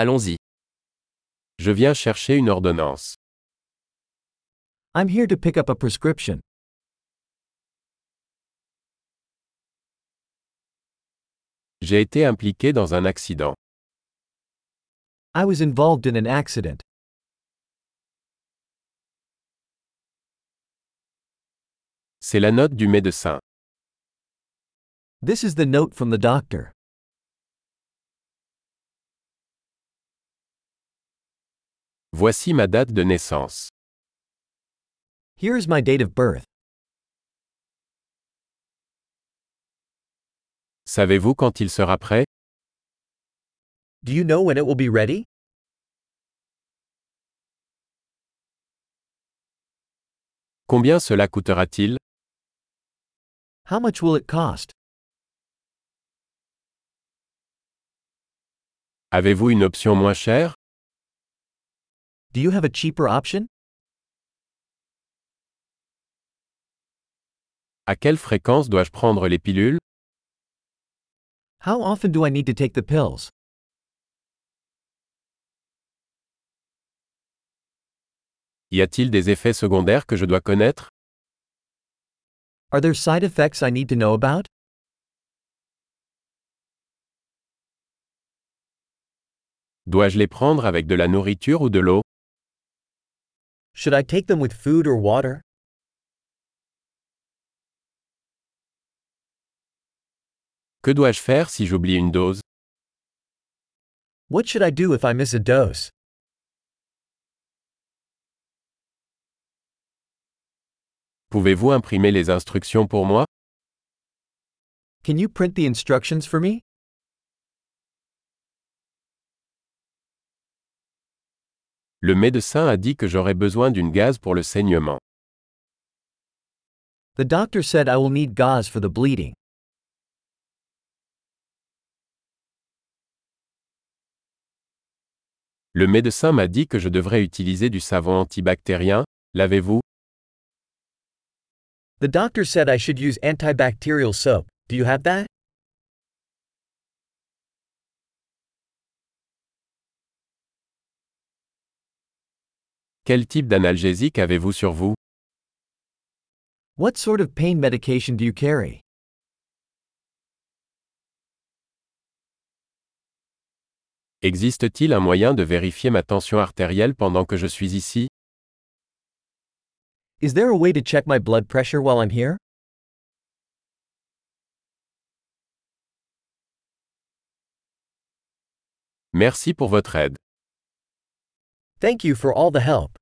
Allons-y. Je viens chercher une ordonnance. I'm here to pick up a prescription. J'ai été impliqué dans un accident. I was involved in an accident. C'est la note du médecin. This is the note from the doctor. Voici ma date de naissance. Here is my date of birth. Savez-vous quand il sera prêt Do you know when it will be ready? Combien cela coûtera-t-il How much will it cost? Avez-vous une option moins chère Do you have a cheaper option? À quelle fréquence dois-je prendre les pilules How often do I need to take the pills? Y a-t-il des effets secondaires que je dois connaître Are there side effects I need to know about? Dois-je les prendre avec de la nourriture ou de l'eau Should I take them with food or water? Que dois-je faire si j'oublie une dose What should I do if I miss a dose? Pouvez-vous imprimer les instructions pour moi Can you print the instructions for me? Le médecin a dit que j'aurais besoin d'une gaz pour le saignement. The doctor said I will need gauze for the bleeding. Le médecin m'a dit que je devrais utiliser du savon antibactérien. L'avez-vous The doctor said I should use antibacterial soap. Do you have that? Quel type d'analgésique avez-vous sur vous What sort of pain medication do you carry? Existe-t-il un moyen de vérifier ma tension artérielle pendant que je suis ici Is there a way to check my blood pressure while I'm here? Merci pour votre aide. Thank you for all the help.